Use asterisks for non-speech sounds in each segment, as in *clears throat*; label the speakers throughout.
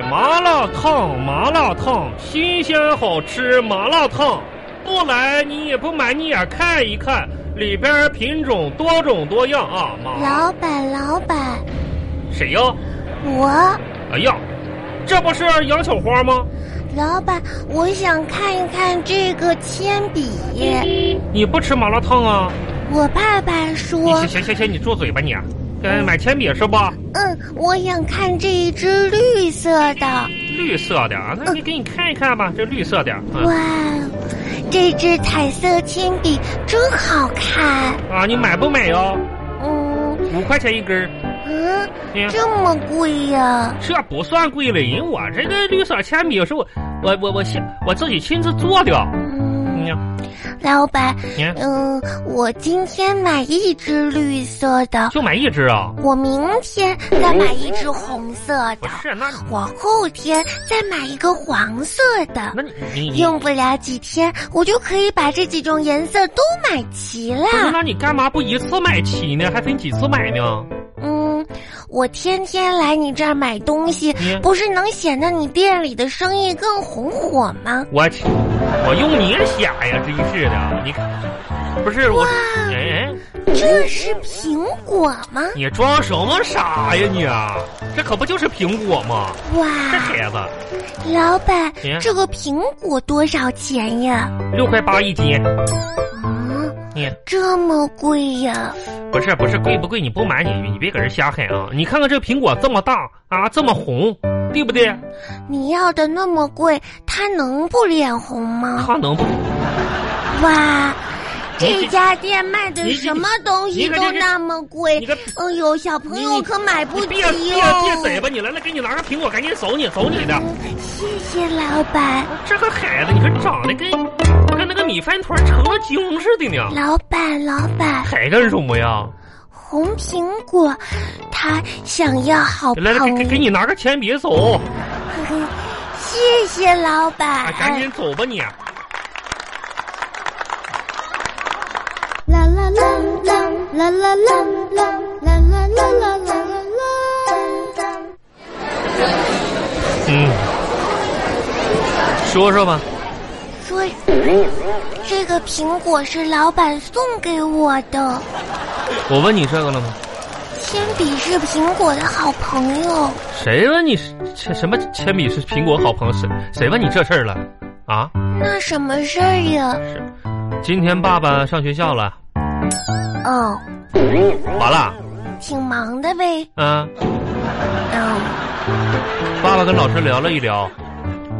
Speaker 1: 辣烫，麻辣烫，新鲜好吃，麻辣烫。不来你也不买，你也看一看，里边品种多种多样啊！妈，
Speaker 2: 老板，老板，
Speaker 1: 谁呀？
Speaker 2: 我
Speaker 1: 哎呀，这不是杨小花吗？
Speaker 2: 老板，我想看一看这个铅笔，
Speaker 1: 你不吃麻辣烫啊？
Speaker 2: 我爸爸
Speaker 1: 你
Speaker 2: 说
Speaker 1: 行，行行行，你住嘴吧你！嗯，买铅笔是不？
Speaker 2: 嗯，我想看这一只绿色的。
Speaker 1: 绿色的啊，那你给你看一看吧，这绿色的。嗯
Speaker 2: 哇，这支彩色铅笔真好看。
Speaker 1: 啊，你买不买哟？
Speaker 2: 嗯
Speaker 1: 五块钱一根儿，
Speaker 2: 嗯，
Speaker 1: 嗯
Speaker 2: 这么贵呀、
Speaker 1: 这不算贵了，人我这个绿色铅笔是我我我我亲我自己亲自做的。
Speaker 2: 嗯，
Speaker 1: 你看，
Speaker 2: 老板，
Speaker 1: 你看，
Speaker 2: 嗯，我今天买一只绿色的，
Speaker 1: 就买一支啊？
Speaker 2: 我明天再买一只红色
Speaker 1: 不
Speaker 2: 的，
Speaker 1: 是，那
Speaker 2: 我后天再买一个黄色的。
Speaker 1: 那你你你，
Speaker 2: 用不了几天，我就可以把这几种颜色都买齐了
Speaker 1: 不。是，那你干嘛不一次买齐呢？还分几次买呢？
Speaker 2: 嗯，我天天来你这儿买东西
Speaker 1: 你，
Speaker 2: 不是能显得你店里的生意更红火吗？
Speaker 1: 我去，我用你想呀，真是的，你看，不是我，哎，哎
Speaker 2: 这是苹果吗？
Speaker 1: 你装什么傻呀你啊？这可不就是苹果吗？ *laughs* 这
Speaker 2: 哇，
Speaker 1: 孩子
Speaker 2: 老板
Speaker 1: 你，
Speaker 2: 这个苹果多少钱呀？
Speaker 1: 六块八一斤，
Speaker 2: 嗯，
Speaker 1: 你
Speaker 2: 这么贵呀？
Speaker 1: 不是不是贵不贵？你不买你你别搁这瞎喊啊！你看看这苹果这么大啊，这么红，对不对？
Speaker 2: 你要的那么贵，它能不脸红吗？
Speaker 1: 它能不？
Speaker 2: 哇，
Speaker 1: 你
Speaker 2: 这家店卖的
Speaker 1: 你
Speaker 2: 什么东
Speaker 1: 你
Speaker 2: 西
Speaker 1: 可这
Speaker 2: 都
Speaker 1: 是
Speaker 2: 那么贵
Speaker 1: 你可，
Speaker 2: 哎呦，小朋
Speaker 1: 你
Speaker 2: 友
Speaker 1: 你
Speaker 2: 可买不
Speaker 1: 你
Speaker 2: 起
Speaker 1: 别别别
Speaker 2: 哦。
Speaker 1: 嘴巴你来来，给你拿个苹果，赶紧走你走你的！
Speaker 2: 谢谢老板，
Speaker 1: 这个孩子，你说长得跟跟那个米饭团成了精似的呢，
Speaker 2: 老板，老板，
Speaker 1: 还干什么呀？
Speaker 2: 红苹果，他想要好啊朋
Speaker 1: 来来，给给给
Speaker 2: 友。
Speaker 1: 你拿个铅笔走，
Speaker 2: 谢谢老
Speaker 1: 啊，
Speaker 2: 板。
Speaker 1: 赶紧走吧你。
Speaker 3: 啦啦啦啦啦啦啦啦啦啦啦啦啦啦。
Speaker 1: 嗯，说说吧，
Speaker 2: 说，这个苹果是老板送给我的，
Speaker 1: 我问你这个了吗？
Speaker 2: 铅笔是苹果的好朋友。
Speaker 1: 谁问你是这什么铅笔是苹果好朋友？谁谁问你这事儿了？啊，
Speaker 2: 那什么事儿呀？
Speaker 1: 今天爸爸上学校了，
Speaker 2: 哦，
Speaker 1: 完了，
Speaker 2: 挺忙的呗。
Speaker 1: 嗯，
Speaker 2: 哦，
Speaker 1: 爸爸跟老师聊了一聊，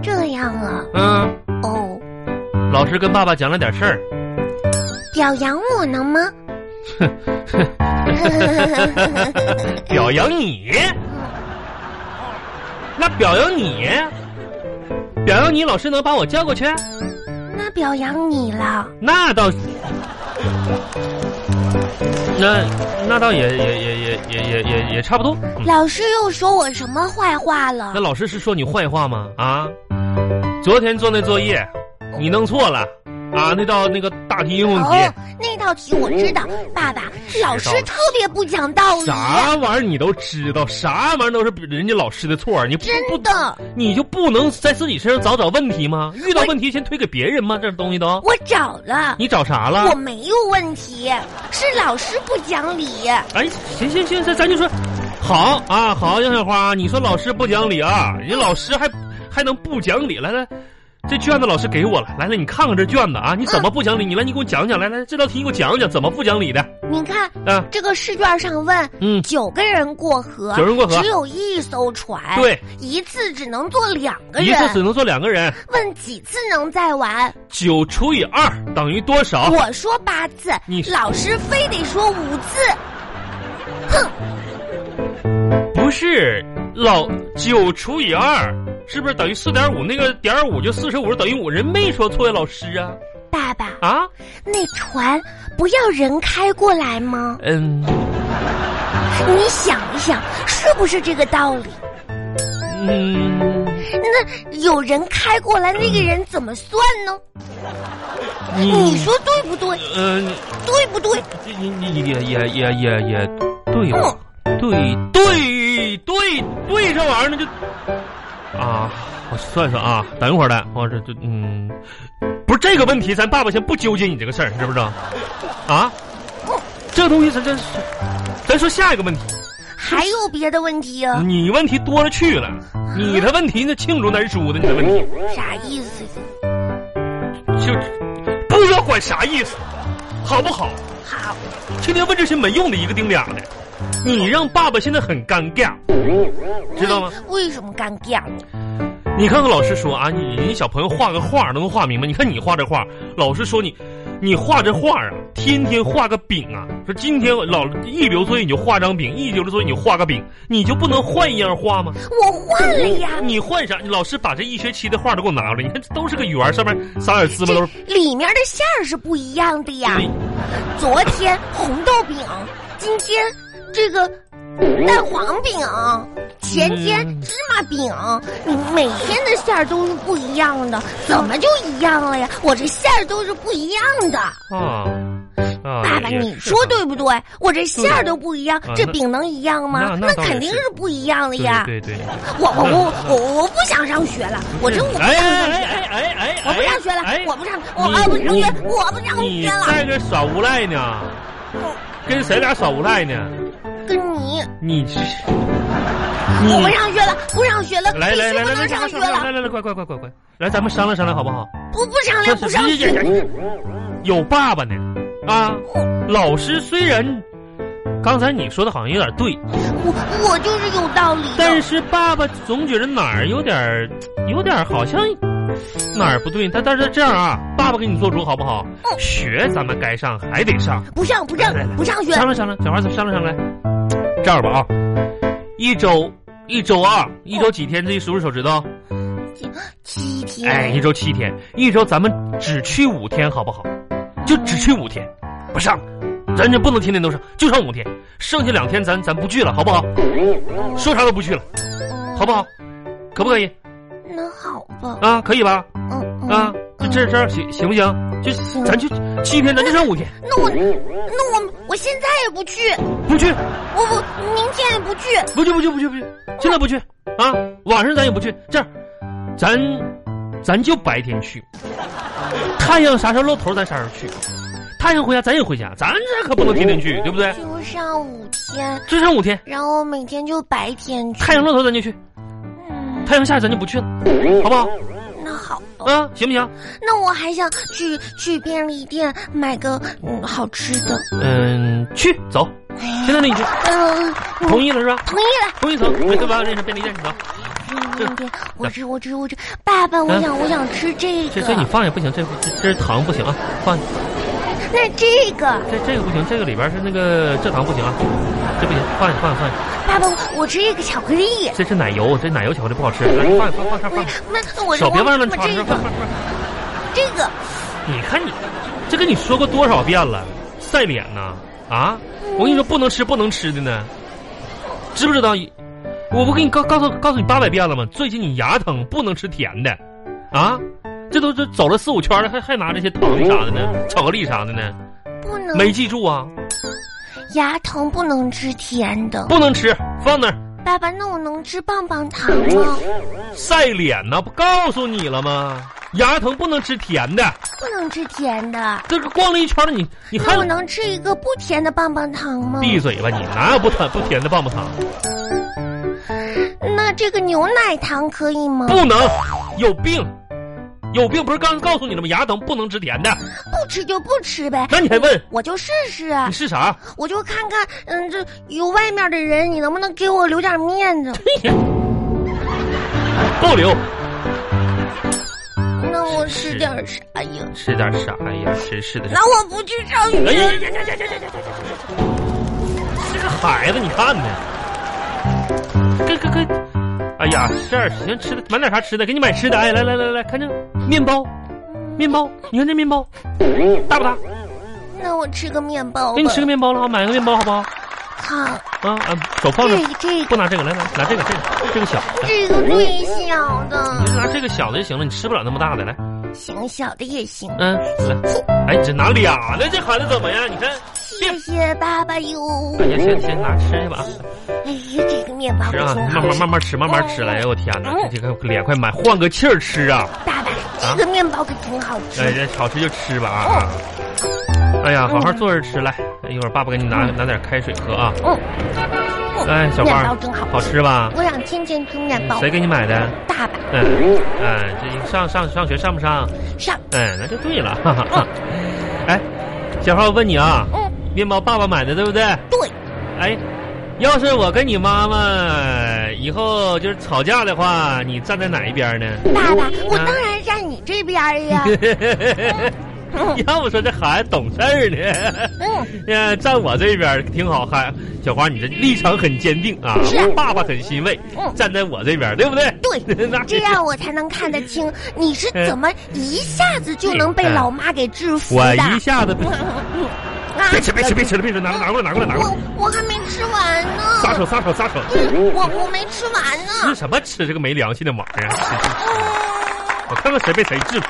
Speaker 2: 这样啊。
Speaker 1: 嗯，
Speaker 2: 哦，
Speaker 1: 老师跟爸爸讲了点事儿， *laughs*
Speaker 2: 表扬我呢吗？ *laughs*
Speaker 1: 表扬你，那表扬你，表扬你，老师能把我叫过去？
Speaker 2: 那表扬你了。
Speaker 1: 那倒，那那倒也也也也也也也也差不多。嗯
Speaker 2: 老师又说我什么坏话了
Speaker 1: 那？老师是说你坏话吗？啊，昨天做那作业，你弄错了啊，那道那个大题应用题，
Speaker 2: 哦，那道题我知道，爸爸，老师特别不讲道
Speaker 1: *laughs*
Speaker 2: 理，
Speaker 1: 啥玩意儿你都知道，啥玩意儿都是人家老师的错儿，你不不
Speaker 2: 真的，
Speaker 1: 你就不能在自己身上找找问题吗？遇到问题先推给别人吗？这东西都，
Speaker 2: 我找了，
Speaker 1: 你找啥
Speaker 2: 我
Speaker 1: 了？
Speaker 2: 没有问题，是老师不讲理。
Speaker 1: 哎，行行行，咱咱就说，好啊，好，杨小花，你说老师不讲理啊？人家老师还还能不讲理？来来，这卷子老师给我了，来来，你看看这卷子啊，你怎
Speaker 2: 嗯
Speaker 1: 么不讲理？你来，你给我讲讲，来来，这道题你给我讲讲怎么不讲理的
Speaker 2: 你看
Speaker 1: 啊？
Speaker 2: 这个试卷上问，
Speaker 1: 嗯，
Speaker 2: 九个人过河，
Speaker 1: 九人过河
Speaker 2: 只有一艘船，
Speaker 1: 对，
Speaker 2: 一次只能坐两个
Speaker 1: 一
Speaker 2: 人，
Speaker 1: 次只能坐两个人，
Speaker 2: 问几次能再玩？
Speaker 1: 九除以二等于多少？
Speaker 2: 我说八次
Speaker 1: 哦你，
Speaker 2: 老师非得说五次。
Speaker 1: 不是老九除以二，是不是等于四点五？那个点儿五就四十五，等于五。人没说错呀，老师啊
Speaker 2: 爸爸，
Speaker 1: 啊，
Speaker 2: 那船不要人开过来吗？
Speaker 1: 嗯
Speaker 2: 你想一想，是不是这个道理？
Speaker 1: 嗯，
Speaker 2: 那有人开过来，那个人怎么算呢？你说对不对？
Speaker 1: 呃，
Speaker 2: 对不对？嗯
Speaker 1: 你你也也也也也对吧？对对对，这玩意儿呢就啊，我算算啊，等一会儿来，我这这嗯，不是这个问题，咱爸爸先不纠结你这个事儿，知不知道？啊，这个东西咱咱咱说下一个问题，
Speaker 2: 还有别的问题啊？
Speaker 1: 你问题多了去了，你的问题那罄竹难书的，你的问题
Speaker 2: 啥意思呀？
Speaker 1: 就不知道管啥意思，好不好？
Speaker 2: 好，
Speaker 1: 天天问这些没用的一个丁点儿的，你让爸爸现在很尴尬，知道吗？
Speaker 2: 为？为什么尴尬呢？
Speaker 1: 你看看老师说啊，你你小朋友画个画都能画明白。你看你画这画，老师说你，你画这画啊，天天画个饼啊。说今天老一留作业你就画张饼，一留作业你就画个饼，你就不能换一样画吗？
Speaker 2: 我换了呀，
Speaker 1: 你换啥？老师把这一学期的画都给我拿过来，你看这都是个圆儿，上面撒点芝麻都是。
Speaker 2: 里面的馅儿是不一样的呀。
Speaker 1: 你
Speaker 2: 昨天红豆饼，今天这个蛋黄饼，前天
Speaker 1: 嗯
Speaker 2: 芝麻饼，你每天的馅儿都是不一样的，怎么就一样了呀？我这馅儿都是不一样的，
Speaker 1: 啊啊！
Speaker 2: 爸爸，
Speaker 1: 也
Speaker 2: 你
Speaker 1: 是
Speaker 2: 说对不对？我这馅儿都不一样
Speaker 1: 对啊，
Speaker 2: 这
Speaker 1: 那
Speaker 2: 饼能一样吗？
Speaker 1: 那
Speaker 2: 那
Speaker 1: 那倒也
Speaker 2: 肯定
Speaker 1: 是
Speaker 2: 是不一样的呀！
Speaker 1: 对对对，
Speaker 2: 我我我我我不想上学了，我真我不
Speaker 1: 哎
Speaker 2: 想上
Speaker 1: 哎
Speaker 2: 学
Speaker 1: 哎
Speaker 2: 了，
Speaker 1: 哎哎哎！
Speaker 2: 我不上学了
Speaker 1: 哎，
Speaker 2: 我不上，我
Speaker 1: 你
Speaker 2: 啊不上
Speaker 1: 你
Speaker 2: 学，我不上
Speaker 1: 你
Speaker 2: 学了，
Speaker 1: 在这耍无赖呢？跟谁俩耍无赖呢？
Speaker 2: 跟你。
Speaker 1: 你这是
Speaker 2: 我不
Speaker 1: 你
Speaker 2: 上学了，不上学了，
Speaker 1: 来
Speaker 2: 必
Speaker 1: 来
Speaker 2: 须
Speaker 1: 来
Speaker 2: 不
Speaker 1: 来
Speaker 2: 能
Speaker 1: 来
Speaker 2: 上学
Speaker 1: 来
Speaker 2: 了，
Speaker 1: 来来，快快快快快！来，咱们商量商量好不好？
Speaker 2: 不不商量不上学。
Speaker 1: 有爸爸呢，啊！老师虽然刚才你说的好像有点对，
Speaker 2: 我我就是有道理的，
Speaker 1: 但是爸爸总觉得哪儿有点儿，有点儿好像哪儿不对。但但是这样啊，爸爸给你做主好不好？学咱们该上还得上。
Speaker 2: 不上不上
Speaker 1: 来来来
Speaker 2: 不上学，
Speaker 1: 商量商量，小花商量商量。这样吧啊，一周一周啊，一周几天？自己数数手指头。
Speaker 2: 七
Speaker 1: 哎，一
Speaker 2: 天。
Speaker 1: 周七天，一周咱们只去五天好不好？就只去五天，不上，咱这不能天天都上，就上五天，剩下两天咱咱不去了，好不好？说啥都不去了，好不好？可不可以
Speaker 2: 那好吧，
Speaker 1: 啊？可以吧？
Speaker 2: 嗯嗯
Speaker 1: 啊，这这这样行行不行？就咱就七天，咱就上五天，
Speaker 2: 那我那我我现在也不去，
Speaker 1: 不去，
Speaker 2: 我我明天也不去，
Speaker 1: 不去，不去，不去，不去，现在不去啊！晚上咱也不去，这样，咱咱就白天去，太阳啥时候露头咱啥时候去，太阳回家咱也回家，咱这可不能天天去，对不对？
Speaker 2: 就上五天，
Speaker 1: 就上五天，
Speaker 2: 然后每天就白天去。
Speaker 1: 太阳露头咱就去，
Speaker 2: 嗯，
Speaker 1: 太阳下去咱就不去了，好不好？
Speaker 2: 那好吧，
Speaker 1: 啊，行不行？
Speaker 2: 那我还想去去便利店买个嗯好吃的。
Speaker 1: 嗯，去走，现在那你去，
Speaker 2: 嗯，
Speaker 1: 同意了是吧？
Speaker 2: 同意了。嗯
Speaker 1: 同意走，哎对吧？那是便利店，走。
Speaker 2: 便利店，我吃我吃我吃，爸爸，我想我想吃这
Speaker 1: 嗯这这你
Speaker 2: 个，
Speaker 1: 放下不行，这这这是糖不行啊，放下
Speaker 2: 那这个，
Speaker 1: 这这个不行，这个里边是那个蔗糖不行啊，这不行，放下放下放下。
Speaker 2: 爸爸，我我吃这个巧克力，
Speaker 1: 这是奶油，这奶油巧克力不好吃，来放放放这儿
Speaker 2: 不
Speaker 1: 放
Speaker 2: 是，那我
Speaker 1: 手别往
Speaker 2: 我
Speaker 1: 那
Speaker 2: 我
Speaker 1: 插
Speaker 2: 这
Speaker 1: 着，放
Speaker 2: 个
Speaker 1: 放放。
Speaker 2: 这个，
Speaker 1: 你看你，这跟你说过多少遍了，晒脸呐啊！我跟你说不能吃不能吃的呢，知不知道？我不跟你告告诉告诉你八百遍了吗？最近你牙疼，不能吃甜的，啊！这都这走了四五圈了，还还拿这些糖啥的呢，巧克力啥的呢，
Speaker 2: 不能
Speaker 1: 没记住啊！
Speaker 2: 牙疼不能吃甜的，
Speaker 1: 不能吃，放那儿
Speaker 2: 爸爸，那我能吃棒棒糖吗？
Speaker 1: 晒脸呐，不告诉你了吗？牙疼不能吃甜的，
Speaker 2: 不能吃甜的，
Speaker 1: 这个逛了一圈了，你你还
Speaker 2: 那我能吃一个不甜的棒棒糖吗？
Speaker 1: 闭嘴吧你！哪有不甜不甜的棒棒糖？
Speaker 2: 那这个牛奶糖可以吗？
Speaker 1: 不能，有病！有病不是刚告诉你了吗？牙疼不能吃甜的。
Speaker 2: 不吃就不吃呗，
Speaker 1: 那你还问
Speaker 2: 我就试试啊，
Speaker 1: 你是啥？ *laughs*
Speaker 2: 我就看看，嗯，这有外面的人，你能不能给我留点面子？
Speaker 1: 不留。
Speaker 2: 那我吃点儿啥呀？
Speaker 1: 吃点啥呀？真是的。
Speaker 2: 那我不去上学。
Speaker 1: 哎呀呀呀呀呀呀呀！这个孩子，你看呢？跟跟跟，哎呀，这儿行，吃的买点啥吃的？给你买吃的。哎，来来来来，看这面包，面包，你看这面包，大不大？
Speaker 2: 那我吃个面包吧。
Speaker 1: 给你吃个面包了哈，买个面包好不好？
Speaker 2: 好，
Speaker 1: 啊啊，手放着
Speaker 2: 这。个这
Speaker 1: 不
Speaker 2: 个
Speaker 1: 拿这个，来来，拿这个，这个这个小，来
Speaker 2: 这个最小的，
Speaker 1: 你拿这个小的就行了，你吃不了那么大的，来，嗯
Speaker 2: 行，小的也行。
Speaker 1: 嗯，来，哎，这拿俩呢，这孩子怎么样？你看，
Speaker 2: 谢谢谢爸爸哟！
Speaker 1: 哎呀，先先拿吃去吧，
Speaker 2: 哎呀，这个面包
Speaker 1: 吃啊，
Speaker 2: 挺
Speaker 1: 慢慢
Speaker 2: 好吃。
Speaker 1: 慢慢吃，慢慢吃。哎呦我天哪，这个脸快满，换个气儿吃啊！
Speaker 2: 爸爸，这个面包可挺好吃。
Speaker 1: 哎，这好吃就吃吧啊！哎呀，好好坐着吃来，一会儿爸爸给你拿拿点开水喝啊！
Speaker 2: 嗯，
Speaker 1: 哎，小
Speaker 2: 哦面
Speaker 1: 花
Speaker 2: 包真好，
Speaker 1: 好吃吧？
Speaker 2: 我想天天吃面包
Speaker 1: 谁。给你买的？
Speaker 2: 爸爸
Speaker 1: 嗯嗯，这上上上学上不上？
Speaker 2: 上，
Speaker 1: 嗯，那就对了。哈哈。哎，小花，我问你啊，
Speaker 2: 嗯，
Speaker 1: 面包爸爸买的对不对？
Speaker 2: 对，
Speaker 1: 哎，要是我跟你妈妈以后就是吵架的话，你站在哪一边呢？
Speaker 2: 爸爸，我当然站你这边儿呀。嗯
Speaker 1: *laughs* 要不说这孩子懂事儿呢。
Speaker 2: 嗯，
Speaker 1: *clears throat* 呃，站我这边儿挺好看，小花，你这立场很坚定啊，
Speaker 2: 是啊
Speaker 1: 爸爸很欣慰，
Speaker 2: 嗯
Speaker 1: 站在我这边儿，对不对？
Speaker 2: 对
Speaker 1: *laughs* 那
Speaker 2: 这样我才能看得清你是怎么一下子就能被老妈给制服
Speaker 1: 我
Speaker 2: 的。
Speaker 1: 一下子
Speaker 2: 啊
Speaker 1: 别吃，别吃，别吃了，别吃了，拿过来，拿过来，拿过来，拿过来，
Speaker 2: 我我还没吃完呢。
Speaker 1: 撒手，撒手，撒手， *laughs*
Speaker 2: 我我没吃完
Speaker 1: 吃
Speaker 2: 呢。
Speaker 1: 啊 *laughs* 什么吃这个没良心的玩意儿？我看看谁被谁制服。